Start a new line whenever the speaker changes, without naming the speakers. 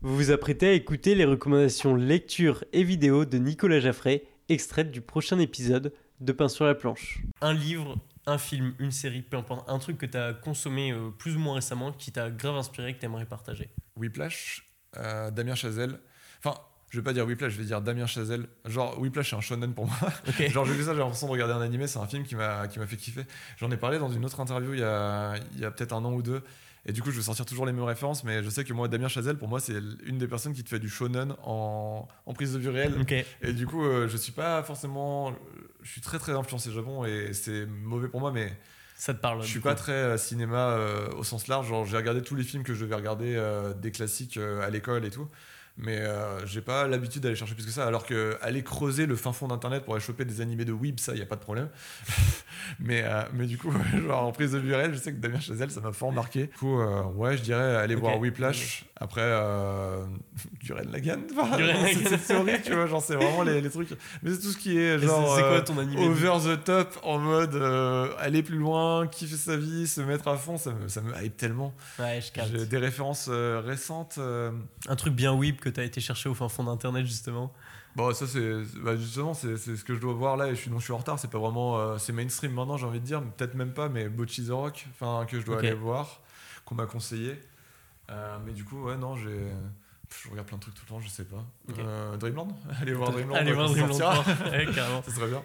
Vous vous apprêtez à écouter les recommandations lecture et vidéo de Nicolas Jaffray, extraites du prochain épisode de Pain sur la planche. Un livre, un film, une série, peu importe, un truc que t'as consommé euh, plus ou moins récemment, qui t'a grave inspiré, que t'aimerais partager.
Whiplash, euh, Damien Chazelle. Enfin, je vais pas dire Whiplash, je vais dire Damien Chazelle. Genre, Whiplash, c'est un shonen pour moi.
Ok.
Genre, j'ai vu ça, j'ai l'impression de regarder un animé, c'est un film qui m'a qui m'a fait kiffer. J'en ai parlé dans une autre interview il y a, il y a peut-être un an ou deux. Et du coup, je vais sortir toujours les mêmes références, mais je sais que moi, Damien Chazelle, pour moi, c'est une des personnes qui te fait du shonen en, en prise de vue réelle.
Ok.
Et du coup, euh, je suis pas forcément. Je suis très très influencé Japon et c'est mauvais pour moi, mais
Ça te parle.
je
du
suis
coup.
pas très euh, cinéma euh, au sens large. Genre, j'ai regardé tous les films que je devais regarder, euh, des classiques euh, à l'école et tout. Mais euh, j'ai pas l'habitude d'aller chercher plus que ça. Alors que aller creuser le fin fond d'internet pour aller choper des animés de Weeb, ça, y a pas de problème. mais, euh, mais du coup, genre en prise de vue réelle, je sais que Damien Chazelle, ça m'a fort marqué. Du coup, euh, ouais, je dirais aller
Ok.
voir Whiplash. Après, euh, Duran Lagan.
Duran Lagan.
C'est théorie, tu vois. Genre, c'est vraiment les, les trucs. Mais c'est tout ce qui est
Et c'est-
genre.
C'est
euh,
quoi ton animé de-
over the top en mode euh, aller plus loin, kiffer sa vie, se mettre à fond, ça me, ça me hype tellement.
Ouais, je capte.
J'ai des références euh, récentes. euh,
Un truc bien whip que t'as été chercher au fin fond d'internet justement.
Bon, ça, c'est bah, justement, c'est c'est ce que je dois voir là. Et je suis, non, je suis en retard, c'est pas vraiment. euh, c'est mainstream maintenant, j'ai envie de dire, mais peut-être même pas, mais Bocchi the Rock, enfin, que je dois
Ok.
aller voir, qu'on m'a conseillé. Euh, mais du coup, ouais, non, j'ai. pff, Je regarde plein de trucs tout le temps, je sais pas.
Ok.
Euh, Dreamland Allez voir Dreamland.
Allez
euh,
voir
quand ça
Dreamland.
sortira.
ouais, carrément.
Ça serait bien.